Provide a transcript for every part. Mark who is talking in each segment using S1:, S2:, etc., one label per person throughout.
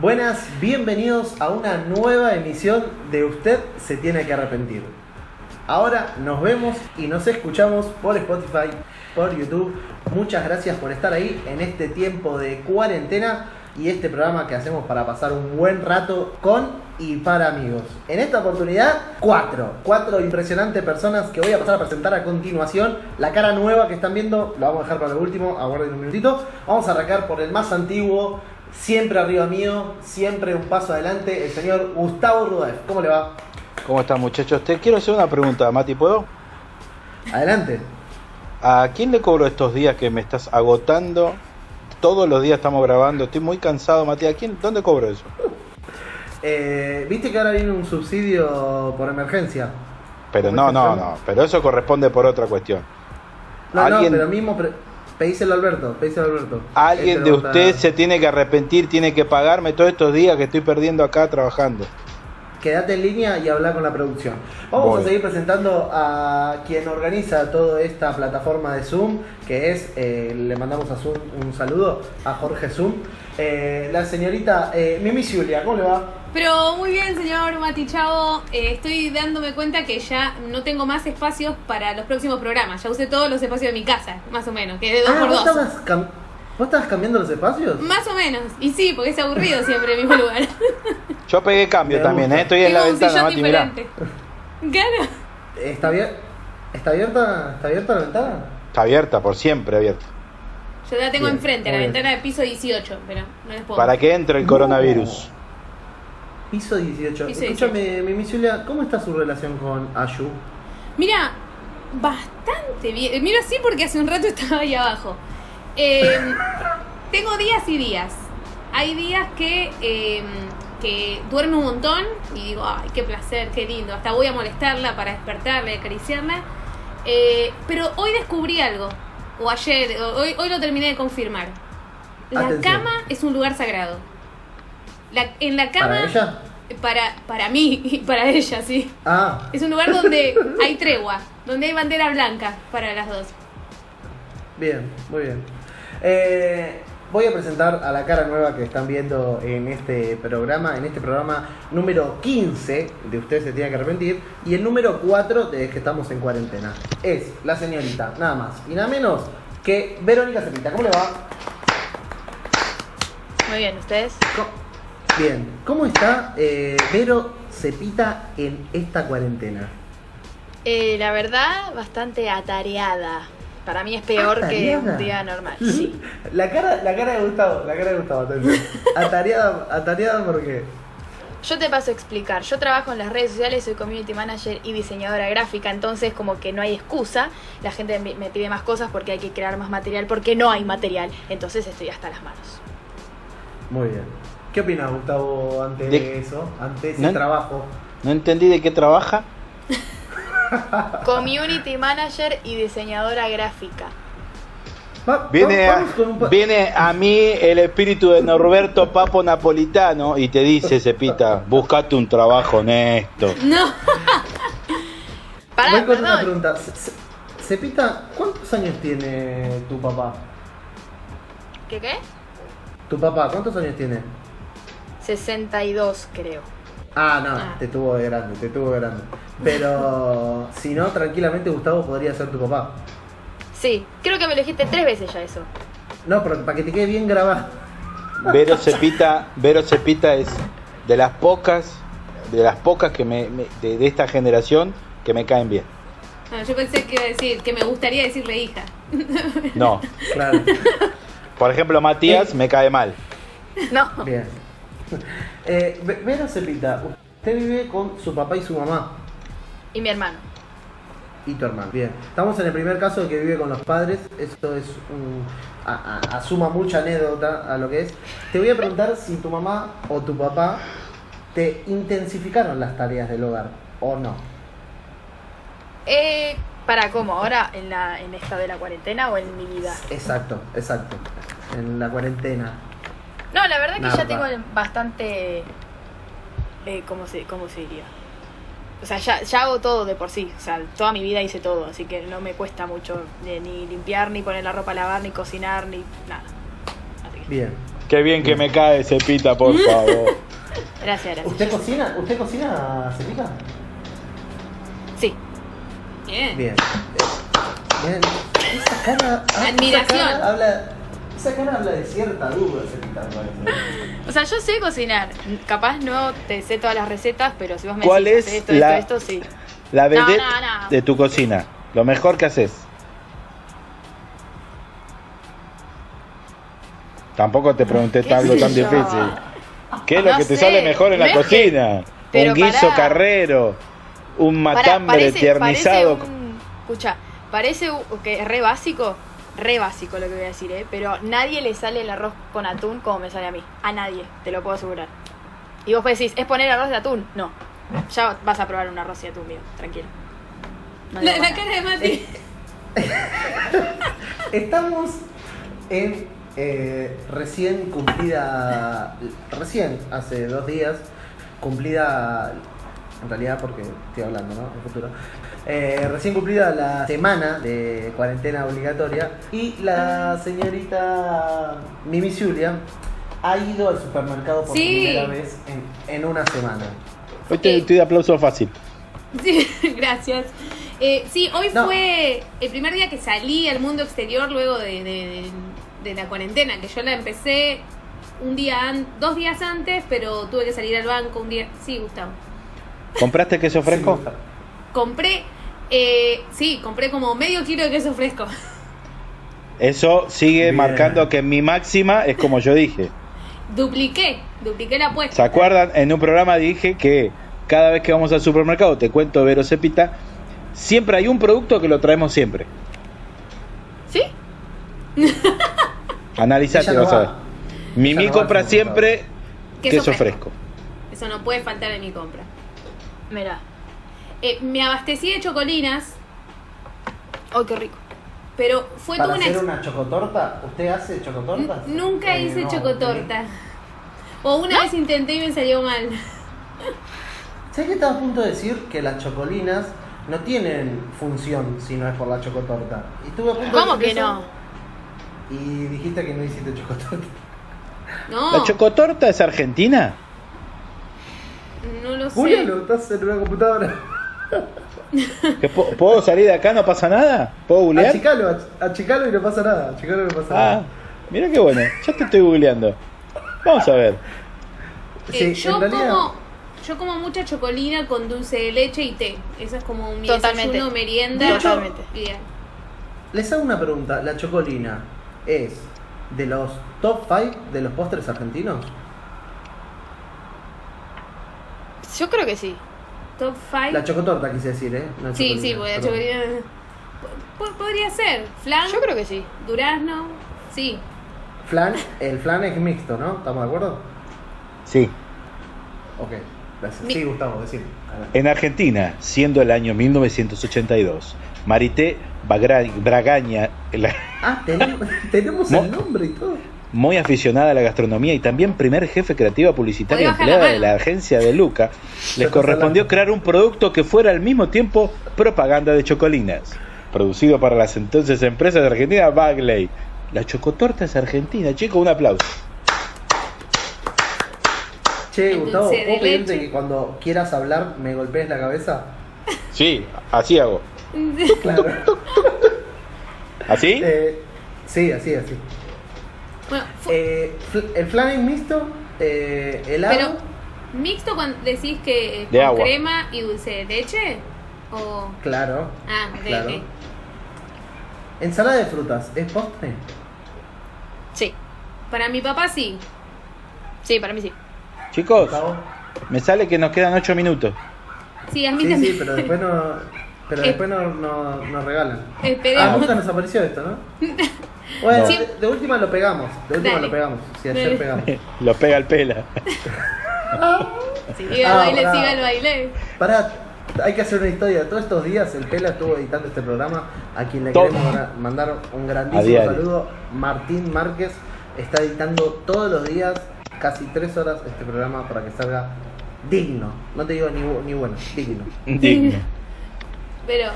S1: Buenas, bienvenidos a una nueva emisión de Usted se tiene que arrepentir. Ahora nos vemos y nos escuchamos por Spotify, por YouTube. Muchas gracias por estar ahí en este tiempo de cuarentena y este programa que hacemos para pasar un buen rato con y para amigos. En esta oportunidad, cuatro. Cuatro impresionantes personas que voy a pasar a presentar a continuación. La cara nueva que están viendo, lo vamos a dejar para lo último, aguarden un minutito. Vamos a arrancar por el más antiguo, siempre arriba mío, siempre un paso adelante, el señor Gustavo Rudaef. ¿Cómo le va?
S2: ¿Cómo están muchachos? Te quiero hacer una pregunta, Mati, ¿puedo?
S1: Adelante.
S2: ¿A quién le cobro estos días que me estás agotando? Todos los días estamos grabando, estoy muy cansado, Mati. ¿A quién? ¿Dónde cobro eso?
S1: Eh, Viste que ahora viene un subsidio por emergencia.
S2: Pero
S1: ¿Cómo
S2: no,
S1: es
S2: no,
S1: eso?
S2: no. Pero eso corresponde por otra cuestión.
S1: No,
S2: Alguien-
S1: no, pero mismo pre- pedíselo a Alberto, pedíselo a Alberto.
S2: Alguien
S1: Él
S2: de
S1: te va a-
S2: ustedes se tiene que arrepentir, tiene que pagarme todos estos días que estoy perdiendo acá trabajando.
S1: Quédate en línea y habla con la producción. Vamos
S2: Voy.
S1: a seguir presentando a quien organiza toda esta plataforma de Zoom, que es, eh, le mandamos a Zoom un saludo, a Jorge Zoom. Eh, la señorita eh, Mimi Julia, ¿cómo le va?
S3: Pero muy bien, señor Mati Chao. Eh, estoy dándome cuenta que ya no tengo más espacios para los próximos programas. Ya usé todos los espacios de mi casa, más o menos, que es de dos
S1: Ah,
S3: por
S1: ¿vos
S3: dos.
S1: estabas, cam- ¿vos estabas cambiando los espacios?
S3: Más o menos. Y sí, porque es aburrido siempre el mismo lugar.
S2: Yo pegué cambio
S1: Me
S2: también,
S1: gusta.
S2: ¿eh? estoy en la
S3: tengo un
S2: ventana,
S3: sillón
S2: Mati, mirá.
S3: diferente. Claro.
S1: ¿Está, abier- está abierta? ¿Está abierta la ventana?
S2: Está abierta, por siempre abierta.
S3: Yo la tengo
S1: Bien,
S3: enfrente,
S1: muy
S3: la
S1: bien.
S3: ventana del piso 18, pero no les puedo.
S2: Para que entre el coronavirus.
S1: Piso 18.
S3: Piso
S1: Escúchame, Mimi Julia, ¿cómo está su relación con Ayu?
S3: Mira, bastante bien. Miro así porque hace un rato estaba ahí abajo. Eh, tengo días y días. Hay días que, eh, que duermo un montón y digo, ay, qué placer, qué lindo. Hasta voy a molestarla para despertarla y acariciarla. Eh, pero hoy descubrí algo. O ayer, o- hoy, hoy lo terminé de confirmar. La
S1: Atención.
S3: cama es un lugar sagrado. La- en la cama...
S1: ¿Para ella?
S3: Para, para mí y para ella, sí.
S1: Ah,
S3: Es un lugar donde hay tregua, donde hay bandera blanca para las dos.
S1: Bien, muy bien. Eh, voy a presentar a la cara nueva que están viendo en este programa, en este programa número 15 de Ustedes se tiene que arrepentir, y el número 4 de que estamos en cuarentena. Es la señorita, nada más y nada menos que Verónica Cepita. ¿Cómo le va?
S4: Muy bien, ¿ustedes?
S1: Co- Bien, ¿cómo está eh, Vero Cepita en esta cuarentena?
S4: Eh, la verdad, bastante atareada. Para mí es peor que
S1: ¿Atareada?
S4: un día normal. Sí.
S1: La cara, la cara de Gustavo, la cara de Gustavo, atención. Atareada, atareada porque...
S4: Yo te paso a explicar. Yo trabajo en las redes sociales, soy community manager y diseñadora gráfica, entonces como que no hay excusa. La gente me me pide más cosas porque hay que crear más material, porque no hay material. Entonces estoy hasta las manos.
S1: Muy bien. ¿Qué opinas, Gustavo, ante
S2: De-
S1: eso? Ante ese
S2: No-
S1: trabajo.
S2: No entendí de qué trabaja.
S4: Community manager y diseñadora gráfica.
S1: Va-
S2: Viene
S1: va-
S2: a,
S1: vamos con un pa-
S2: viene a mí el espíritu de Norberto Papo Napolitano y te dice, Cepita, buscate un trabajo honesto.
S3: No,
S4: Pará,
S1: voy con una
S4: perdón.
S1: pregunta. Se- se- Cepita, ¿cuántos años tiene tu papá?
S4: ¿Qué qué?
S1: ¿Tu papá cuántos años tiene?
S4: 62 creo.
S1: Ah, no,
S3: Ah.
S1: te tuvo de grande, te tuvo de grande. Pero si no, tranquilamente Gustavo podría ser tu papá.
S4: Sí, creo que me lo dijiste tres veces ya eso.
S1: No, pero para que te quede bien grabado.
S2: Vero Cepita, Vero Cepita es de las pocas, de las pocas que me, me- de, de esta generación que me caen bien.
S3: No, Ah, yo pensé que iba a decir que me gustaría decirle hija.
S2: No.
S1: Claro.
S2: Por ejemplo, Matías me cae mal.
S4: No.
S1: Bien. Eh, Ve- Vero Cepita, usted vive con su papá y su mamá.
S4: Y mi hermano.
S1: y tu hermano. Bien, estamos en el primer caso de que vive con los padres. Esto es un. a- a- asuma mucha anécdota a lo que es. Te voy a preguntar si tu mamá o tu papá te intensificaron las tareas del hogar o no.
S4: eh, para cómo, ahora en, la, en esta de la cuarentena o en mi vida.
S1: Exacto, exacto. En la cuarentena.
S4: No, la verdad que
S1: Nada.
S4: ya tengo bastante. Eh, ¿cómo, se, ¿Cómo se diría? O sea, ya, ya hago todo de por sí. O sea, toda mi vida hice todo, así que no me cuesta mucho eh, ni limpiar, ni poner la ropa a lavar, ni cocinar, ni nada. Así que,
S1: Bien.
S2: Qué bien que me cae Cepita, por favor.
S4: gracias, gracias.
S1: ¿Usted cocina? ¿Usted cocina, Cepita?
S4: Sí.
S3: Bien.
S1: Bien. Bien. Esa cara. ah,
S3: Admiración.
S1: Esa cara habla, esa cara habla de cierta duda, Cepita, me parece.
S4: O sea, yo sé cocinar. Capaz no te sé todas las recetas, pero si vos me
S2: ¿Cuál
S4: decís
S2: es
S4: "Hacé esto,
S2: la-
S4: esto, esto, sí.
S2: La vedette
S4: no, no.
S2: de tu cocina. Lo mejor que haces. Tampoco te pregunté
S4: ¿Qué
S2: algo
S4: sé
S2: tan
S4: yo?
S2: difícil. ¿Qué es lo
S4: No
S2: que te
S4: sé,
S2: sale mejor en
S4: no
S2: la
S4: es que-
S2: cocina?
S4: pero
S2: un guiso
S4: pará.
S2: carrero, un
S4: Pará,
S2: matambre tiernizado.
S4: Parece un, escucha, parece u- que es re básico, re básico lo que voy a decir, ¿eh? pero nadie le sale el arroz con atún como me sale a mí. A nadie, te lo puedo asegurar. Y vos decís, ¿es poner arroz de atún? No. Ya vas a probar un arroz y atún mío, tranquilo. Ah, No digo
S3: La,
S4: más
S3: la cara de Mati.
S1: Estamos en eh, recién cumplida, recién hace dos días, cumplida, en realidad porque estoy hablando, ¿no? En futuro. Eh, recién cumplida la semana de cuarentena obligatoria y la señorita Mimi Julia ha ido al supermercado por
S3: Sí.
S1: primera vez en, en una semana.
S2: Hoy te estoy de aplauso fácil.
S3: Sí, gracias. Eh, sí, hoy
S1: No.
S3: fue el primer día que salí al mundo exterior luego de, de- de- de la cuarentena, que yo la empecé un día, an- dos días antes, pero tuve que salir al banco un día. Sí, Gustavo.
S2: ¿Compraste queso fresco?
S1: Sí,
S3: Compré, eh, sí, compré como medio kilo de queso fresco.
S2: Eso sigue
S1: Bien.
S2: marcando que mi máxima es como yo dije.
S3: Dupliqué, dupliqué la apuesta.
S2: ¿Se acuerdan? En un programa dije que cada vez que vamos al supermercado, te cuento Vero Cepita, siempre hay un producto que lo traemos siempre.
S4: ¿Sí?
S2: Analizate,
S1: Ella no
S2: vas
S1: va.
S2: a ver. Mimi
S1: Ella no va
S2: compra
S1: al
S2: siempre
S3: Queso
S2: queso
S3: fresco.
S2: fresco.
S3: Eso no puede faltar en mi compra.
S4: Mira.
S3: Eh, me abastecí de chocolinas,
S4: Oh, qué rico.
S3: pero fue
S1: Para
S3: toda una
S1: hacer una chocotorta, ¿usted hace chocotortas?
S3: N- Nunca
S1: Eh,
S3: hice
S1: no,
S3: chocotorta. O una vez intenté y me salió mal.
S1: Sé que estaba a punto de decir que las chocolinas no tienen función si no es por la chocotorta. Y estuve a punto de
S4: ¿Cómo
S1: decir
S4: que
S1: eso
S4: no?
S1: Y dijiste que no hiciste chocotorta.
S3: No,
S2: ¿La chocotorta es argentina?
S3: no lo
S1: Julia,
S3: sé. Eh,
S1: lo estás en una computadora.
S2: ¿Que po- ¿Puedo salir de acá? ¿No pasa nada?
S1: Ah,
S2: ¿Puedo googlear?
S1: Achicalo, ach- achicalo y no pasa nada. Achicalo y no pasa
S2: Ah,
S1: nada.
S2: mira qué bueno. Ya te estoy googleando. Vamos a ver.
S1: Sí,
S3: Eh, yo
S1: en realidad-
S3: como yo como mucha chocolina con dulce de leche y té. Eso es como mi
S4: Totalmente.
S3: desayuno, merienda.
S4: De hecho- Totalmente.
S3: Bien.
S1: Les hago una pregunta. ¿La chocolina es de los top 5 de los postres argentinos?
S4: Yo creo que sí.
S3: Top
S1: La
S3: 5.
S1: chocotorta quise decir, ¿eh? No
S3: Sí,
S1: chocolina,
S3: sí, porque la
S1: perdón.
S3: chocolina... po- Podría ser. Flan,
S4: Yo creo que sí.
S3: durazno, sí.
S1: Flan, el flan es mixto, ¿no? ¿Estamos de acuerdo?
S2: Sí.
S1: Ok, gracias.
S3: Mi-
S1: Sí, Gustavo, decime. A ver.
S2: En Argentina, siendo el año 1982, Marité Bagra- Bragaña, la-
S1: Ah, tenemos, tenemos
S2: Mo-
S1: el nombre y todo.
S2: muy aficionada a la gastronomía y también primer jefe creativa publicitaria
S3: Podés bajar la
S2: empleada de la
S3: mano.
S2: agencia de Luca, les
S1: estás
S2: correspondió
S1: hablando.
S2: crear un producto que fuera al mismo tiempo propaganda de chocolinas, producido para las entonces empresas argentinas Bagley. La chocotorta es argentina, chico, un aplauso.
S1: Che,
S3: El
S1: Gustavo,
S3: dulce de
S1: ¿puedo pedirte
S3: leche.
S1: que cuando quieras hablar me golpees la cabeza?
S2: Sí, así hago.
S1: Claro.
S2: ¿Así?
S1: Eh, sí, así, así.
S3: Bueno, fu-
S1: Eh, fl- el flan es mixto, eh, helado.
S3: pero mixto cuando decís que eh,
S2: De
S3: con
S2: agua.
S3: crema y dulce de leche o
S1: Claro.
S3: Ah, ok,
S1: claro.
S3: ok.
S1: Ensalada de frutas, ¿es postre?
S4: Sí.
S3: Para mi papá sí.
S4: Sí, para mí sí.
S2: Chicos,
S1: Gustavo.
S2: me sale que nos quedan 8 minutos.
S3: Sí, a mí
S1: Sí,
S3: también. Eh.
S1: sí, pero después no. Pero después no, no- nos regalan. Ah,
S3: Esperemos.
S1: nunca nos apareció esto, ¿no? Bueno,
S2: No.
S1: de, de última lo pegamos. De última
S3: Dale.
S1: lo pegamos. Sí, ayer
S3: Dale.
S1: pegamos.
S2: Lo pega el pela.
S3: Siga el
S1: Ah,
S3: baile,
S1: pará.
S3: siga el baile.
S1: Pará, Hay que hacer una historia. Todos estos días el Pela estuvo editando este programa. A quien le
S2: Toma.
S1: queremos gra- mandar un
S2: A
S1: grandísimo
S2: diario.
S1: saludo. Martín Márquez está editando todos los días, casi tres horas, este programa para que salga digno. No te digo ni, bu- ni bueno, digno.
S2: Digno.
S3: Pero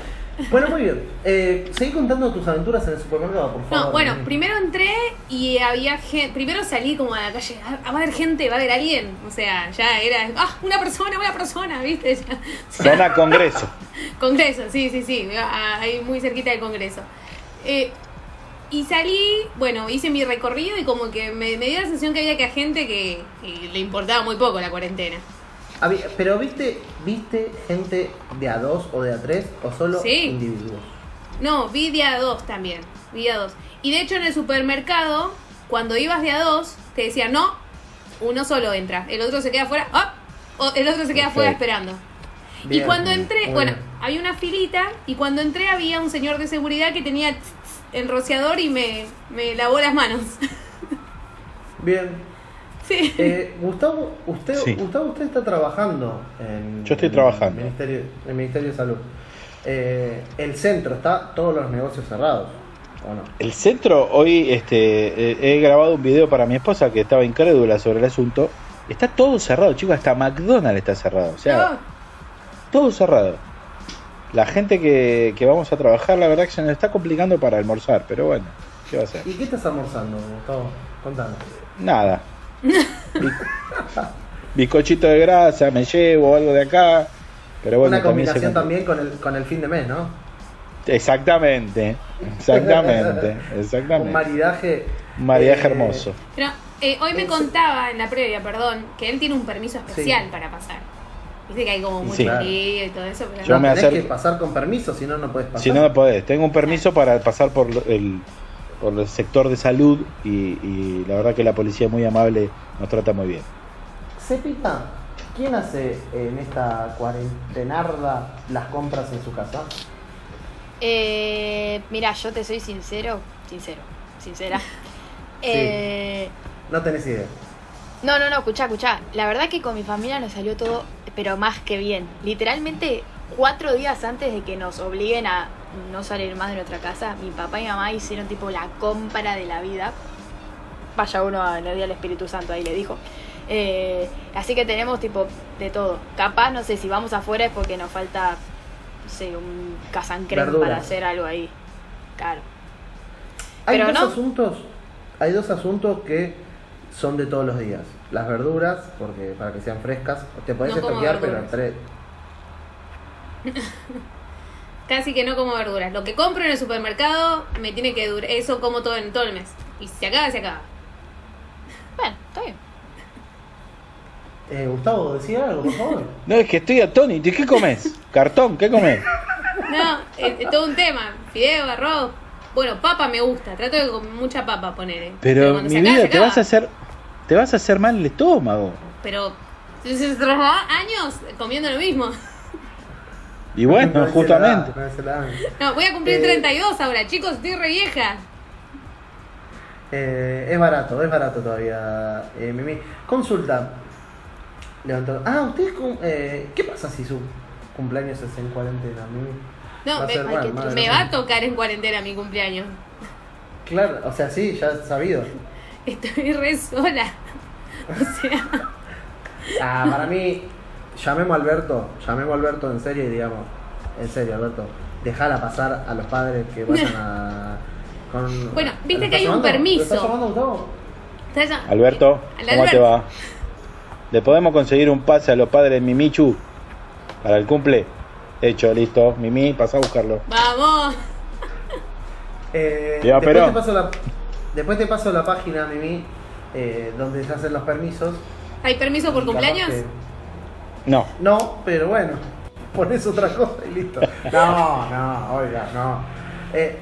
S1: Bueno, muy bien. Eh, seguí contando tus aventuras en el supermercado, por favor.
S3: No, bueno,
S1: Nini.
S3: primero entré y había gente. Primero salí como a la calle. "Ah, Va a haber gente, va a haber alguien. O sea, ya era. ¡Ah! Una persona, una persona, ¿viste? Ya-
S2: Zona Congreso.
S3: Congreso, sí, sí, sí. a- Ahí muy cerquita del Congreso. Eh, y salí, bueno, hice mi recorrido y como que me, me dio la sensación que había que a gente que, que le importaba muy poco la cuarentena.
S1: Había- Pero viste, viste gente de a dos o de a tres o solo
S3: Sí.
S1: individuos.
S3: No, vi de a dos también. Vi de a dos. Y de hecho en el supermercado, cuando ibas de a dos, te decían no, uno solo entra, el otro se queda afuera, ¡ah! o el otro se queda afuera
S2: Perfecto.
S3: esperando. y
S1: Bien,
S3: cuando entré,
S1: muy
S3: bueno,
S1: bien.
S3: había una filita y cuando entré había un señor de seguridad que tenía tss, tss, el rociador y me, me lavó las manos.
S1: Bien.
S3: sí.
S1: Eh, Gustavo, usted,
S2: Sí.
S1: Gustavo, usted está trabajando en
S2: Yo estoy trabajando.
S1: el Ministerio, en el Ministerio de Salud. Eh, el centro está todos los negocios cerrados, ¿o no?
S2: El centro, hoy este, eh, he grabado un video para mi esposa que estaba incrédula sobre el asunto. Está todo cerrado, chicos, hasta McDonald's está cerrado. O sea,
S3: No,
S2: todo cerrado. La gente que, que vamos a trabajar, la verdad que se nos está complicando para almorzar, pero bueno, ¿qué va a ser?
S1: ¿Y qué estás almorzando, Gustavo? Contanos.
S2: Nada. Bi- Bizcochito de grasa, me llevo algo de acá. Pero bueno,
S1: Una
S2: también se
S1: combinación
S2: compl-
S1: también con el, con el fin de mes, ¿no?
S2: Exactamente, exactamente,
S1: Un
S2: exactamente.
S1: maridaje.
S2: Un maridaje
S1: eh,
S2: hermoso.
S3: pero, eh, hoy me
S1: Ese-
S3: contaba en la previa, perdón, que él tiene un permiso especial para pasar. Dice que hay como mucho
S2: Sí.
S3: lío y todo eso, pero
S2: Yo
S1: no,
S2: me
S1: tenés
S2: acerco-
S1: que pasar con permiso, si no, no puedes pasar.
S2: Si no, no podés. Tengo un permiso para pasar por lo- el, por el sector de salud y, y la verdad que la policía es muy amable, nos trata muy bien.
S1: Cepita, ¿quién hace en esta cuarentenarda las compras en su casa?
S4: Eh, mira, yo te soy sincero, sincero, sincera.
S1: Sí.
S4: Eh,
S1: No tenés idea.
S4: No, no, no, escuchá, escuchá. La verdad que con mi familia nos salió todo, pero más que bien. Literalmente, cuatro días antes de que nos obliguen a no salir más de nuestra casa, mi papá y mamá hicieron tipo la compra de la vida. Vaya uno a la día del Espíritu Santo, ahí le dijo. Eh, así que tenemos tipo de todo. Capaz, no sé, si vamos afuera es porque nos falta, no sé, un casancrem
S1: Verduras.
S4: para hacer algo ahí. Claro.
S1: Hay
S4: Pero
S1: dos
S4: no.
S1: asuntos, hay dos asuntos que son de todos los días. Las verduras, porque para que sean frescas, te podés
S3: No como
S1: estoquear, pero
S3: verduras.
S1: entre
S3: Casi que no como verduras. Lo que compro en el supermercado me tiene que durar. Eso como todo en todo el mes. Y si se acaba, se acaba.
S4: Bueno, está bien.
S1: Eh, Gustavo, decía algo, por favor.
S2: No, es que estoy atónito. ¿Y qué comes? Cartón, ¿qué comes?
S3: No, es, es todo un tema. Fideo, arroz. Bueno, papa me gusta. Trato de comer mucha papa, poner.
S2: Pero, mi vida, te vas a hacer te vas a hacer mal el estómago.
S3: Pero se- se trabajaba años comiendo lo mismo.
S2: Y
S1: No
S2: bueno,
S1: se la da,
S2: justamente.
S1: no se la dan.
S3: No, voy a cumplir
S1: Eh.
S3: 32 ahora, chicos. Estoy re vieja.
S1: Eh, es barato, es barato todavía, eh, Mimi. Consulta. Levantó. Ah, ustedes. cum- eh, ¿Qué pasa si su cumpleaños es en cuarentena, Mimi?
S3: No,
S1: Va a
S3: me,
S1: ser mal,
S3: ay, qué
S1: madre.
S3: me va a tocar en cuarentena mi cumpleaños.
S1: Claro, o sea, sí, ya sabido.
S3: Estoy re sola. O sea,
S1: Ah, para mí, llamemos a Alberto, llamemos a Alberto en serio y digamos, en serio, Alberto, dejala pasar a los padres que vayan a. Con,
S3: Bueno, viste
S1: ¿Lo
S3: que
S1: estás
S3: hay un
S1: llamando?
S3: permiso.
S1: ¿Lo estás llamando, Gustavo?
S3: ¿sabes?
S2: Alberto, ¿cómo
S3: Al
S2: te
S3: Alberto.
S2: va? ¿Le podemos conseguir un pase a los padres de Mimichu para el cumple? Hecho, listo. Mimi, pasa a buscarlo.
S3: Vamos.
S1: Eh,
S2: Ya,
S1: después,
S2: pero-
S1: te paso la, después te paso la página, Mimi, eh, donde se hacen los permisos.
S3: ¿Hay permiso por cumpleaños?
S1: Capaz que-
S2: No,
S1: No, pero bueno, pones otra cosa y listo. No, no, oiga, no. Eh,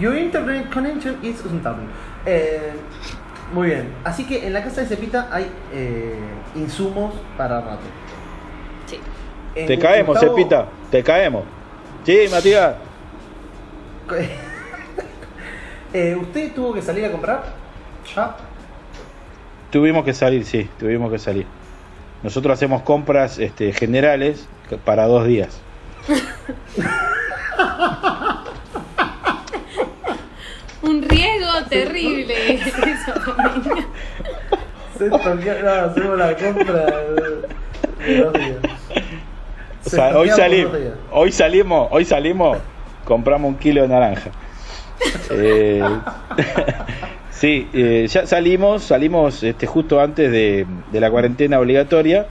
S1: your internet connection is unstable. Eh, muy bien, así que en la casa de Cepita hay eh, insumos para rato.
S4: Sí.
S1: En
S2: te caemos,
S1: Gustavo-
S2: Cepita. Te caemos. Sí, Matías.
S1: Eh, ¿Usted tuvo que salir a comprar? ¿Ya?
S2: Tuvimos que salir, sí, tuvimos que salir. Nosotros hacemos compras este, generales que- para dos días.
S3: Un riesgo terrible. Eso, Romina.
S1: Se toquea- no, hacemos la compra de- de dos días.
S2: O
S1: Se
S2: sea, hoy,
S1: toqueamos
S2: salí-
S1: dos días.
S2: hoy salimos, hoy salimos, compramos un kilo de naranja. Eh, sí, eh, ya salimos, salimos este, justo antes de, de la cuarentena obligatoria,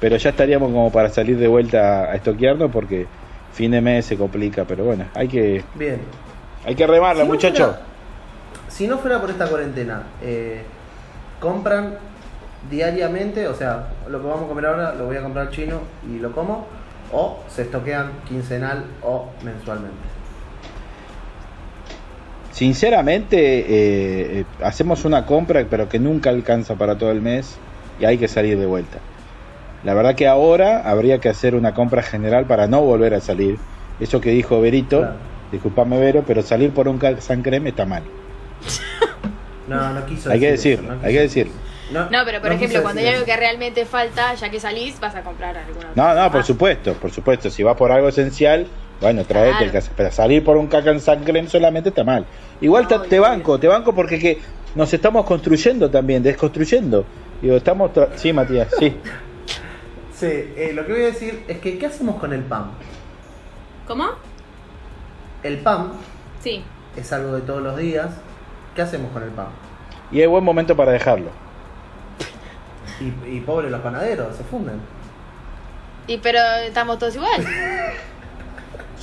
S2: pero ya estaríamos como para salir de vuelta a estoquearnos porque fin de mes se complica, pero bueno, hay que,
S1: Bien.
S2: hay que remarla,
S1: Si no
S2: muchachos.
S1: fuera- si no fuera por esta cuarentena, eh, compran diariamente, o sea, lo que vamos a comer ahora lo voy a comprar chino y lo como, o se estoquean quincenal o mensualmente.
S2: Sinceramente, eh, eh, hacemos una compra, pero que nunca alcanza para todo el mes y hay que salir de vuelta. La verdad que ahora habría que hacer una compra general para no volver a salir. Eso que dijo Berito,
S1: Claro.
S2: disculpame Vero, pero salir por un calzán creme está mal.
S1: No, no quiso
S2: hay que
S1: decir
S2: decirlo,
S1: eso, no
S2: hay que
S1: quiso-
S2: decirlo.
S4: No, pero por
S1: Ah, no
S4: ejemplo,
S1: quiso
S4: cuando hay
S1: decir
S4: algo que
S1: eso.
S4: realmente falta, ya que salís, vas a comprar alguna
S2: No, no, por
S4: más.
S2: supuesto, por supuesto. Si vas por algo esencial, bueno, traete
S4: Claro.
S2: el calzán. Pero salir por un calzán creme solamente está mal. Igual
S4: No,
S2: te, te
S4: obvio.
S2: banco, te banco porque que nos estamos construyendo también, desconstruyendo. Digo, estamos... tra- sí, Matías, sí.
S1: Sí, eh, lo que voy a decir es que, ¿qué hacemos con el pan?
S3: ¿Cómo?
S1: El pan
S3: Sí.
S1: es algo de todos los días. ¿Qué hacemos con el pan?
S2: Y es buen momento para dejarlo.
S1: Y, y pobre los panaderos, se funden.
S4: Y pero estamos todos igual.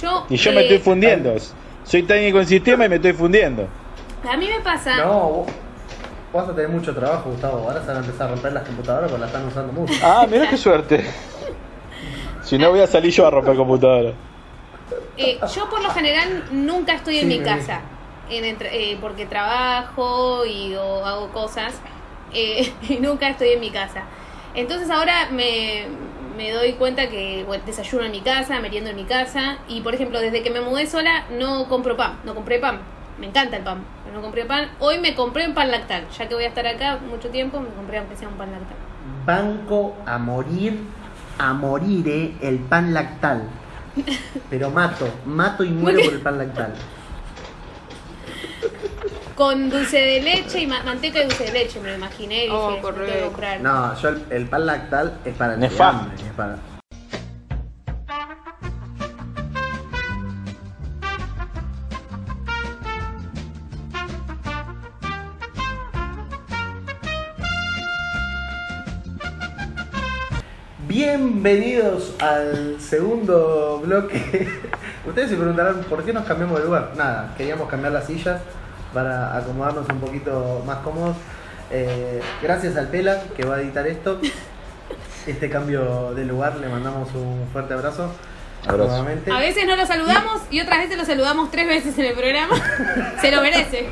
S3: Yo,
S2: Y yo me
S3: eh,
S2: estoy fundiendo. Soy técnico en sistema y me estoy fundiendo.
S3: A mí me pasa.
S1: No, vos, vas a tener mucho trabajo, Gustavo. Ahora se van a empezar a romper las computadoras porque las están usando mucho.
S2: Ah, mira qué suerte. Si no voy a salir yo a romper computadora.
S3: Eh, yo por lo general nunca estoy en
S1: Sí,
S3: mi
S1: me
S3: casa, en entre- eh, porque trabajo y o hago cosas, eh, y nunca estoy en mi casa. Entonces ahora me, me doy cuenta que bueno, desayuno en mi casa, meriendo en mi casa, y por ejemplo, desde que me mudé sola no compro pan, no compré pan. Me encanta el pan, pero no compré pan. Hoy me compré un pan lactal, ya que voy a estar acá mucho tiempo, me compré aunque sea un pan lactal.
S1: Banco a morir, a morir, eh, el pan lactal. Pero mato, mato y muero por el pan lactal.
S3: Con dulce de leche y ma- manteca y dulce de leche, me lo imaginé. y
S4: Oh,
S3: dije, "No tengo que
S4: correcto.
S3: comprar".
S1: No, yo el, el pan lactal es para el que
S2: Nefam.
S1: hambre, es para- Bienvenidos al segundo bloque. Ustedes se preguntarán por qué nos cambiamos de lugar. Nada, queríamos cambiar las sillas para acomodarnos un poquito más cómodos. Eh, gracias al Pela que va a editar esto. Este cambio de lugar le mandamos un fuerte abrazo.
S2: Abrazo.
S1: Nuevamente.
S3: A veces no lo saludamos y otras veces lo saludamos tres veces en el programa. Se lo merece.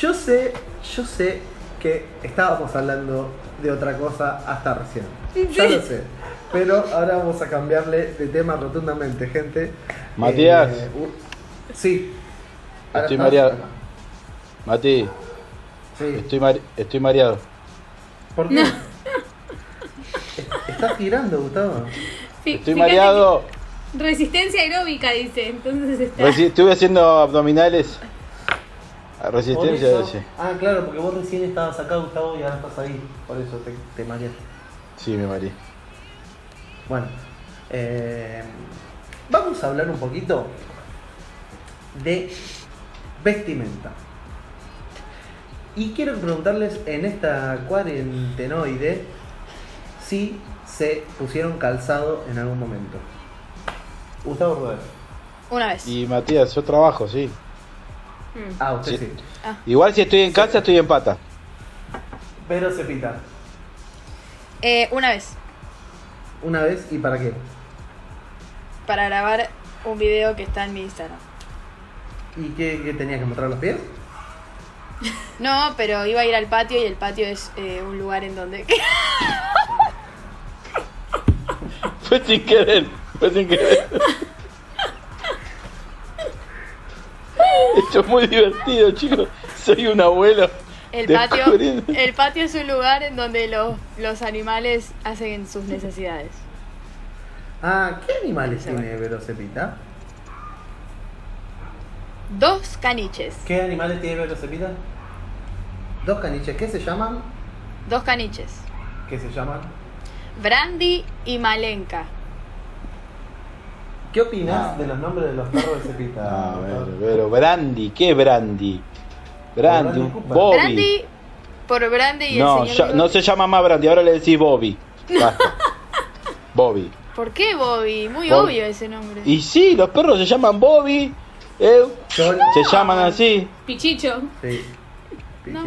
S1: Yo sé, yo sé que estábamos hablando de otra cosa hasta recién. Ya lo sé. Pero ahora vamos a cambiarle de tema rotundamente, gente.
S2: Matías.
S1: Eh, u- sí. Ahora
S2: Estoy
S1: estás-
S2: mareado. Mati,
S1: Sí.
S2: estoy, mare- estoy mareado.
S1: ¿Por qué? Es- Estás girando, Gustavo.
S3: Fí-
S2: Estoy
S3: fíjate
S2: mareado.
S3: que Resistencia aeróbica, dice. Entonces está.
S2: Resi- estuve haciendo abdominales. A
S1: Por
S2: Resistencia.
S1: eso-
S2: sí.
S1: Ah, claro, porque vos recién estabas acá, Gustavo, y ahora estás ahí. Por eso te, te mareaste.
S2: Sí, me mareé.
S1: Bueno, eh, vamos a hablar un poquito de vestimenta. Y quiero preguntarles en esta cuarentenoide si se pusieron calzado en algún momento. Gustavo Rodríguez.
S4: Una vez.
S2: Y Matías, yo trabajo, sí.
S1: Ah, usted sí.
S2: Sí. Igual si estoy en casa, estoy en pata.
S1: Pero se pita.
S4: Eh, una vez.
S1: ¿Una vez y para qué?
S4: Para grabar un video que está en mi Instagram.
S1: ¿Y qué, qué tenías que mostrar los pies?
S4: No, pero iba a ir al patio y el patio es eh, un lugar en donde.
S2: Fue sin querer, fue sin querer. Esto es muy divertido, chicos. Soy un abuelo
S4: El patio,
S2: Descubriendo.
S4: el patio es un lugar en donde los, los animales hacen sus necesidades.
S1: Ah, ¿qué animales tiene Velocepita?
S4: Dos caniches.
S1: ¿Qué animales tiene Velocepita? Dos caniches, ¿qué se llaman?
S4: Dos caniches.
S1: ¿Qué se llaman?
S4: Brandy y Malenka.
S1: ¿Qué opinas
S2: Ah.
S1: de los nombres de los perros de Cepita?
S2: A
S1: doctor?
S2: ver, pero Brandy, ¿qué Brandy? Brandy,
S1: Brandy
S2: un
S1: Cooper.
S2: Bobby.
S4: Brandy por Brandy y
S2: no,
S4: el señor.
S2: ya-
S4: Bigote.
S2: no se llama más Brandy, ahora le decís Bobby. Basta. Bobby.
S4: ¿Por qué Bobby? Muy
S2: Bobby.
S4: obvio ese nombre.
S2: Y sí, los perros se llaman Bobby. eh,
S1: Chori.
S2: se llaman así.
S3: Pichicho.
S1: Sí. Pichicho.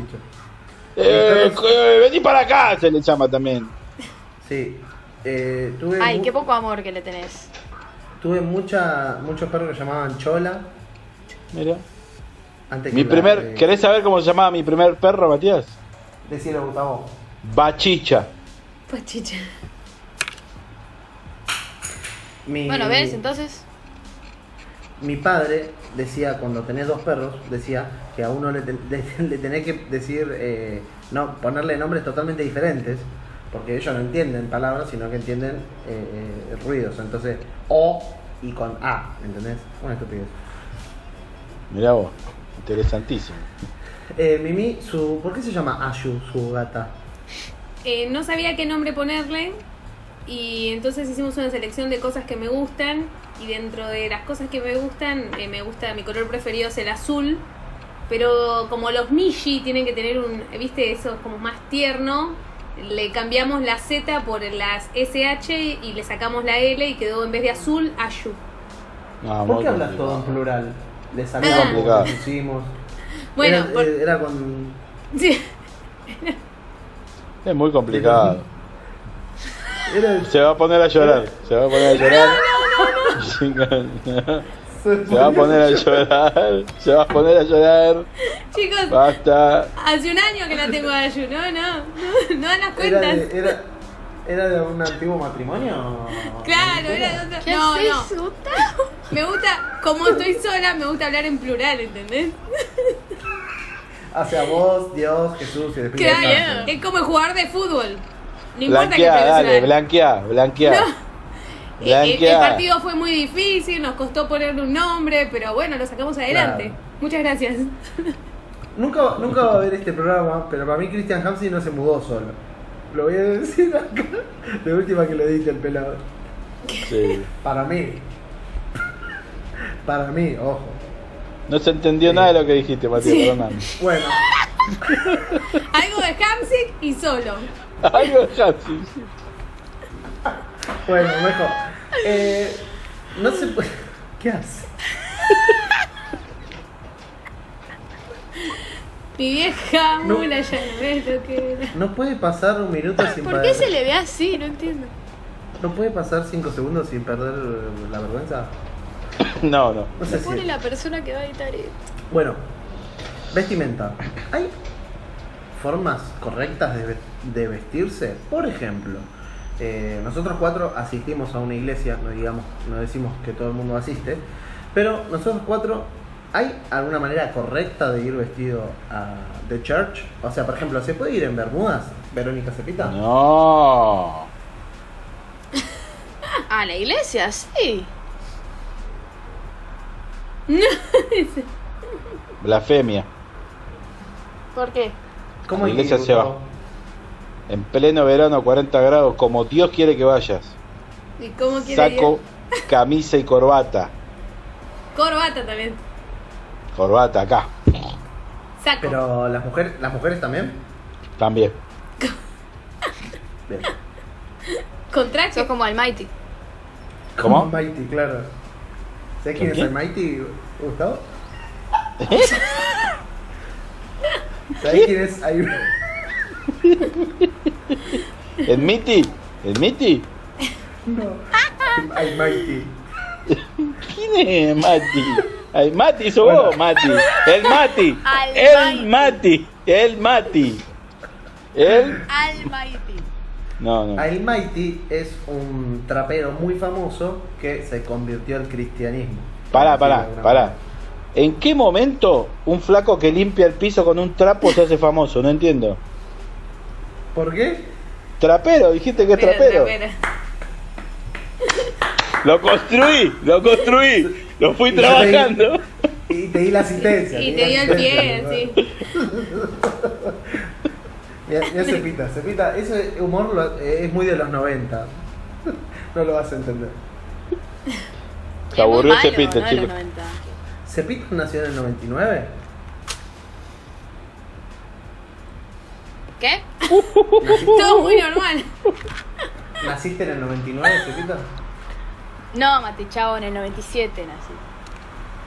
S2: Eh, eh, vení para acá, se le llama también.
S1: Sí. Eh, tuve
S4: Ay,
S1: mu-
S4: qué poco amor que le tenés.
S1: tuve mucha, muchos perros que llamaban Chola.
S2: Mira.
S1: Antes
S2: Mi
S1: que
S2: primer,
S1: la, eh,
S2: ¿Querés saber cómo se llamaba mi primer perro, Matías?
S1: Decilo, Gustavo.
S2: Bachicha.
S3: Pachicha.
S1: Mi,
S4: Bueno, ¿ves? Entonces.
S1: Mi padre decía, cuando tenés dos perros, decía que a uno le, ten- le- le tenés que decir, eh, no, ponerle nombres totalmente diferentes, porque ellos no entienden palabras, sino que entienden eh, eh, ruidos. Entonces, O y con A, ¿entendés? Una estupidez.
S2: Mirá vos, interesantísimo.
S1: Eh, Mimi, su, ¿por qué se llama Ayu, su gata?
S3: Eh, no sabía qué nombre ponerle y entonces hicimos una selección de cosas que me gustan y dentro de las cosas que me gustan, eh, me gusta, mi color preferido es el azul, pero como los Mishi tienen que tener un, viste, eso es como más tierno, le cambiamos la Z por las SH y le sacamos la L y quedó en vez de azul, Ayu.
S2: No,
S1: ¿Por
S2: muy
S1: qué hablas
S2: complicado.
S1: todo en plural? Le
S3: Ah.
S1: sacamos,
S2: Complicado.
S1: le pusimos.
S3: Bueno,
S1: era, eh,
S3: por-
S1: era con.
S3: Sí.
S2: Es muy complicado.
S1: Era,
S2: Se va a poner a llorar. Se va a poner a llorar. Se va a poner a llorar. Se va a poner a llorar.
S3: Chicos,
S2: Basta.
S3: hace un año que la tengo a Ayu, no, no, no, no dan las
S1: era
S3: cuentas.
S1: de, era, ¿Era de un antiguo matrimonio?
S3: Claro, era de otra- No, no. Me gusta, como estoy sola, me gusta hablar en plural, ¿entendés?
S1: Hacia vos, Dios, Jesús y el Espíritu
S3: Claro,
S1: Santo.
S3: es como el jugador de fútbol. No importa que
S2: Blanqueá, dale,
S3: pegues una-
S2: blanqueá, blanqueá.
S3: Eh, eh, El,
S2: Blanqueá.
S3: partido fue muy difícil, nos costó ponerle un nombre, pero bueno, lo sacamos adelante.
S1: Claro.
S3: Muchas gracias.
S1: Nunca, nunca va a ver este programa, pero para mí Christian Hamsi no se mudó solo. Lo voy a decir acá. De última que lo edite el pelado.
S2: Sí.
S1: Para mí. Para mí, ojo.
S2: No se entendió nada de lo que dijiste, Matías, perdóname.
S1: Bueno,
S3: Algo de Hamsik y solo.
S2: Algo de Hansi.
S1: bueno, mejor. Eh, no se puede. ¿Qué hace?
S3: Mi vieja
S1: No.
S3: mula ya no ves lo que era.
S1: No puede pasar un minuto sin
S4: ¿Por qué
S1: perder.
S4: se le ve así? No entiendo.
S1: No puede pasar cinco segundos sin perder eh, la vergüenza.
S2: No, no.
S1: No sé
S4: Se pone
S1: si.
S4: la persona que va a editar esto.
S1: Bueno, vestimenta. ¿Hay formas correctas de, ve- de vestirse? Por ejemplo, eh, nosotros cuatro asistimos a una iglesia, no digamos, no decimos que todo el mundo asiste, pero nosotros cuatro, ¿hay alguna manera correcta de ir vestido a The Church? O sea, por ejemplo, ¿se puede ir en Bermudas, Verónica Cepita?
S2: No.
S4: A Ah, la iglesia, sí.
S2: Blasfemia.
S4: ¿Por qué?
S1: ¿Cómo
S2: La
S1: hay que
S2: iglesia
S1: ir,
S2: se va.
S1: Gustavo?
S2: En pleno verano, 40 grados, como Dios quiere que vayas.
S3: ¿Y cómo quiere
S2: Saco,
S3: ir?
S2: camisa y corbata.
S3: Corbata también.
S2: Corbata acá,
S3: Saco.
S1: Pero las mujeres, las mujeres también.
S2: también.
S1: Bien.
S3: Contrato.
S4: Sos como Almighty.
S2: ¿Cómo?
S1: Como Mighty, claro. ¿Sabes quién es
S2: ¿Quién?
S1: el Mighty, Gustavo?
S2: ¿Eh?
S1: ¿Sabes
S2: ¿Qué?
S1: quién es? Ahí-
S2: ¿El Miti? ¿El Miti?
S1: No. Ay, Mighty.
S2: ¿Quién es Mati? Ay, Mati, sos
S1: Bueno.
S2: vos, Mati. El Mati.
S4: Al
S2: El Mati. El Mati. El.
S4: Almighty.
S2: No, no.
S1: Ay, Mighty es un trapero muy famoso que se convirtió al cristianismo.
S2: Pará,
S1: Por decirlo
S2: pará,
S1: de alguna
S2: pará.
S1: manera.
S2: ¿En qué momento un flaco que limpia el piso con un trapo se hace famoso? No entiendo.
S1: ¿Por qué?
S2: Trapero, dijiste que es
S3: Pero,
S2: trapero.
S3: trapero.
S2: Lo construí, lo construí, lo fui trabajando.
S1: Y te di la asistencia.
S3: Y te dio el pie, sí.
S1: Mira, Cepita, Cepita, ese humor lo- eh, es muy de los 90. No lo vas a entender.
S2: Se aburrió
S4: ese
S2: ese pito, chico.
S1: ¿Cepita nació en el 99?
S4: ¿Qué?
S3: Todo muy normal.
S1: ¿Naciste en el 99, Cepita?
S4: No, Mati Chavo, en el 97 nací.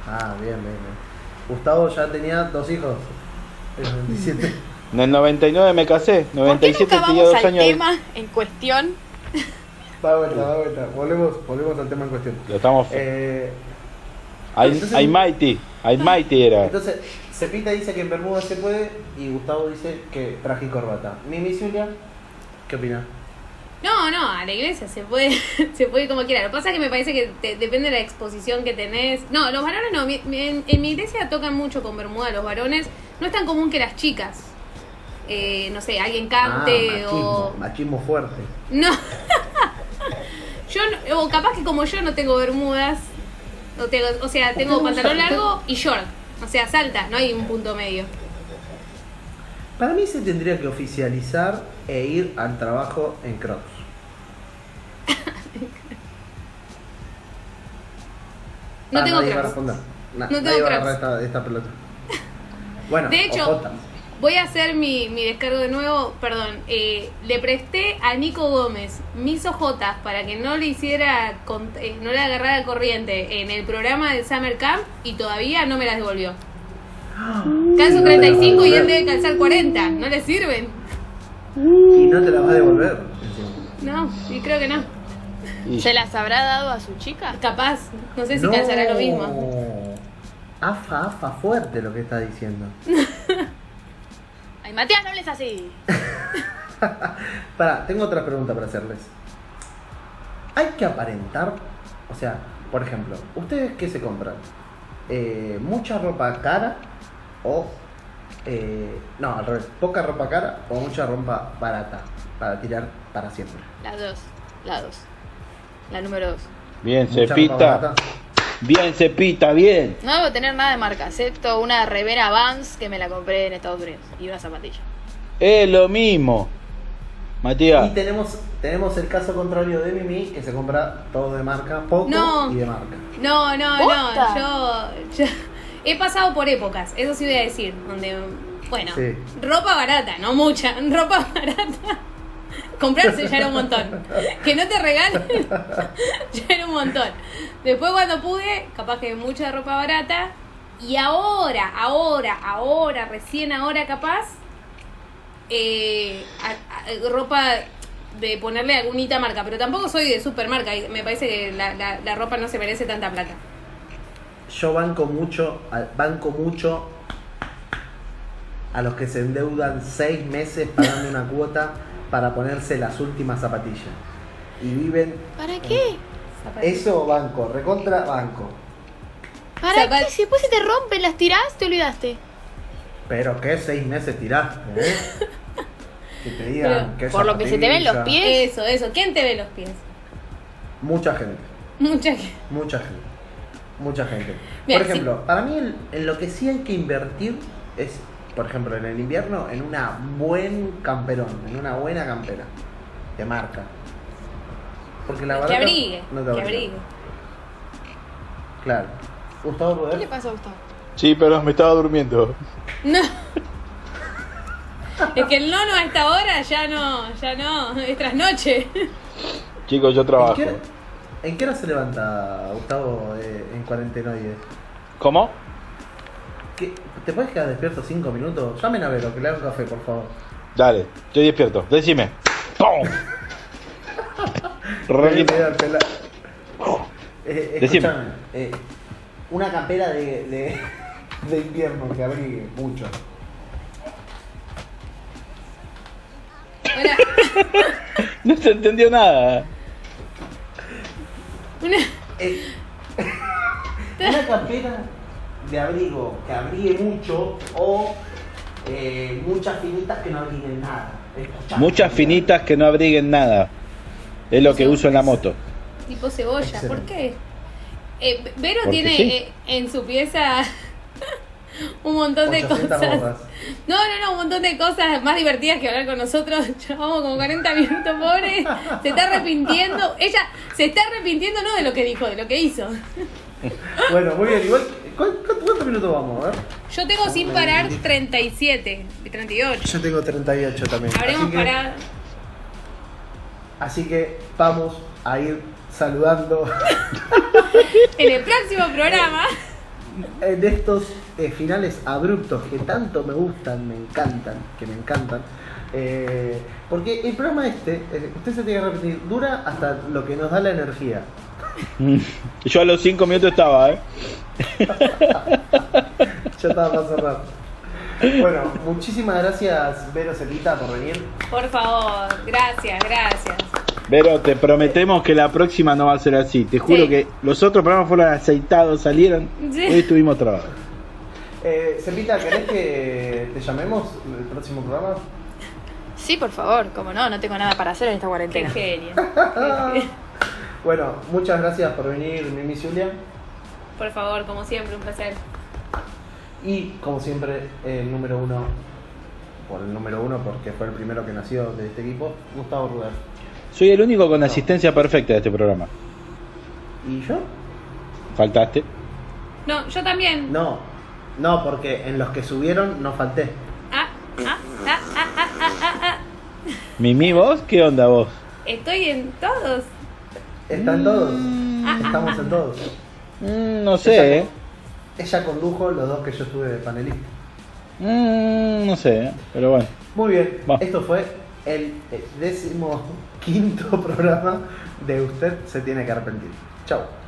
S1: Ah, bien, bien, bien. Gustavo ya tenía dos hijos. El 97.
S2: En el 99 me casé,
S4: ¿Por qué
S2: 97
S4: nunca
S2: tenía
S4: vamos
S2: dos
S4: al
S2: años. de-
S4: tema en cuestión?
S1: Va vuelta, va vuelta. Volvemos, volvemos al tema en cuestión.
S2: Lo estamos.
S1: Eh,
S2: Ay-
S1: entonces-
S2: Almighty,
S4: Ah.
S2: Almighty era.
S1: entonces, Cepita dice que en Bermuda se puede y Gustavo dice que traje y corbata. Mimi Zulia, ¿qué opina?
S3: No, no, a la iglesia se puede, se puede como quiera. Lo que pasa es que me parece que te- depende de la exposición que tenés. No, los varones no. mi- mi- en, en mi iglesia tocan mucho con Bermuda los varones. No es tan común que las chicas, eh, no sé, alguien cante
S1: ah,
S3: o...
S1: machismo, machismo fuerte.
S3: No. yo no- o capaz que como yo no tengo bermudas, no tengo, o sea, tengo
S1: Usted no
S3: pantalón
S1: usa-
S3: largo y short. O sea, salta, no hay un punto medio.
S1: Para mí se tendría que oficializar e ir al trabajo en Crocs.
S3: No
S1: Ah,
S3: tengo
S1: nadie va a
S3: Crocs.
S1: responder. Na-
S3: No tengo
S1: nadie va a
S3: Crocs.
S1: agarrar esta, esta pelota. Bueno,
S3: De hecho-
S1: ojotas.
S3: Voy a hacer mi, mi descargo de nuevo, perdón. eh, le presté a Nico Gómez mis ojotas para que no le hiciera, con- eh, no le agarrara corriente en el programa del Summer Camp y todavía no me las devolvió. Calzo 35 y él debe calzar 40. ¿No le sirven?
S1: y no te la vas a devolver.
S3: No, y creo que no.
S2: Y-
S4: ¿Se las habrá dado a su chica?
S3: Capaz, no sé si
S1: No.
S3: calzará lo mismo.
S1: Afa, afa fuerte lo que está diciendo.
S4: Ay, Matías, no les así.
S1: Pará, tengo otra pregunta para hacerles. ¿Hay que aparentar? O sea, por ejemplo, ¿ustedes qué se compran? Eh, ¿Mucha ropa cara o... eh, no, al revés, poca ropa cara o mucha ropa barata para tirar para siempre?
S4: Las dos. La dos. La número dos.
S2: Bien,
S1: ¿Mucha ropa
S2: Cepita.
S1: barata?
S2: Bien, Cepita, bien.
S4: No debo tener nada de marca, excepto una remera Vans que me la compré en Estados Unidos y una zapatilla.
S2: Es lo mismo. Matías.
S1: Y tenemos, tenemos el caso contrario de Mimi, que se compra todo de marca, poco
S3: No.
S1: y de marca.
S3: No, no,
S4: Posta.
S3: no. Yo, yo he pasado por épocas, eso sí voy a decir. Donde, bueno,
S1: Sí.
S3: ropa barata, no mucha, ropa barata. Comprarse ya era un montón. Que no te regalen, ya era un montón. Después cuando pude, capaz que mucha ropa barata. Y ahora, ahora, ahora, recién ahora capaz, eh, a- a- ropa de ponerle algunita marca, pero tampoco soy de supermarca, y me parece que la, la- la ropa no se merece tanta plata.
S1: Yo banco mucho, al- banco mucho a los que se endeudan seis meses pagando una cuota para ponerse las últimas zapatillas. Y viven
S4: ¿Para qué?
S1: eso banco, recontra banco.
S4: ¿Para
S3: Zapat-
S4: qué? Si después se te rompen, las tirás, te olvidaste.
S1: Pero que seis meses tiraste, ¿eh? Que te digan que
S4: por lo que se te ven los
S1: zapatilla.
S4: pies.
S3: Eso, eso. ¿Quién te ve los pies?
S1: Mucha gente.
S3: Mucha gente.
S1: Mucha gente. Mucha gente.
S3: Bien,
S1: por ejemplo, para mí el- en lo que sí hay que invertir es, por ejemplo, en el invierno, en una buen camperón, en una buena campera de marca. Porque la
S3: Que
S1: barata
S3: abrigue.
S1: no te
S3: que
S1: abriga.
S3: abrigue.
S1: Claro. Gustavo
S4: ¿Qué le
S1: Poder.
S4: pasa a Gustavo?
S2: Sí, pero me estaba durmiendo.
S3: No. Es que el nono a esta hora ya no, ya no, es trasnoche.
S2: Chicos, yo
S1: ¿En
S2: trabajo.
S1: qué, hora- en qué hora se levanta Gustavo eh, en cuarentenoide?
S2: ¿Cómo?
S1: ¿Qué- ¿Te puedes quedar despierto cinco minutos? Llamen a Vero, que le haga un café, por favor.
S2: Dale, estoy despierto. Decime. ¡Pum!
S1: Vení,
S2: Requete-
S1: Vero, pela- Eh,
S2: Oh, Decime.
S1: escuchame, eh, una campera de, de, de invierno que abrigue mucho.
S3: Una,
S2: No se entendió nada.
S3: una,
S1: Eh, una campera de abrigo que abrigue mucho o eh, muchas finitas que no abriguen nada. Escuchá,
S2: Muchas
S1: mira.
S2: finitas que no abriguen nada. Es lo que uso en la moto.
S3: Tipo cebolla, ¿por
S1: Excelente.
S3: qué? Eh, Vero
S2: Porque
S3: tiene
S2: sí.
S3: eh, en su pieza un montón de
S1: 800
S3: cosas.
S1: gorras.
S3: No, no, no, un montón de cosas más divertidas que hablar con nosotros. Llevamos como 40 minutos, pobre. Se está arrepintiendo. Ella se está arrepintiendo no de lo que dijo, de lo que hizo.
S1: Bueno, muy bien. Igual, ¿cuán- cuánto- ¿Cuántos minutos vamos? eh? A ver?
S3: Yo tengo sin parar 37, 38.
S1: Yo tengo 38 también.
S3: Habremos
S1: así que,
S3: parado.
S1: Así que vamos a ir saludando
S3: En el próximo programa.
S1: en estos eh, finales abruptos que tanto me gustan, me encantan, que me encantan. Eh, porque el programa este, eh, usted se tiene que repetir, dura hasta lo que nos da la energía.
S2: Yo a los 5 minutos estaba, ¿eh?
S1: Ya estaba para cerrar. Bueno, muchísimas gracias Vero Celita por venir.
S3: Por favor, gracias, gracias.
S2: Pero te prometemos que la próxima no va a ser así. Te juro
S3: Sí.
S2: que los otros programas fueron aceitados, salieron.
S3: Sí.
S2: Hoy estuvimos trabados.
S1: Eh, Celita, ¿querés que te llamemos el próximo programa?
S4: Sí, por favor, como no, no tengo nada para hacer en esta
S3: Qué
S4: cuarentena.
S3: genio.
S1: Bueno, muchas gracias por venir, Mimi Julia.
S3: Por favor, como siempre, un placer.
S1: Y como siempre, el número uno, por el número uno, porque fue el primero que nació de este equipo, Gustavo Ruder.
S2: Soy el único con asistencia perfecta de este programa.
S1: ¿Y yo?
S2: Faltaste.
S3: No, yo también.
S1: No, no, porque en los que subieron no falté.
S3: Ah, ah, ah, ah, ah, ah, ah, ah.
S2: Mimi, vos, ¿qué onda vos?
S3: Estoy en todos.
S1: Están todos, estamos en todos.
S2: Mm, no sé, ¿eh?
S1: Ella condujo los dos que yo estuve de panelista.
S2: Mm, no sé, ¿eh? pero bueno.
S1: Muy bien,
S2: Va.
S1: esto fue el eh, décimo quinto programa de Usted se tiene que arrepentir. Chao.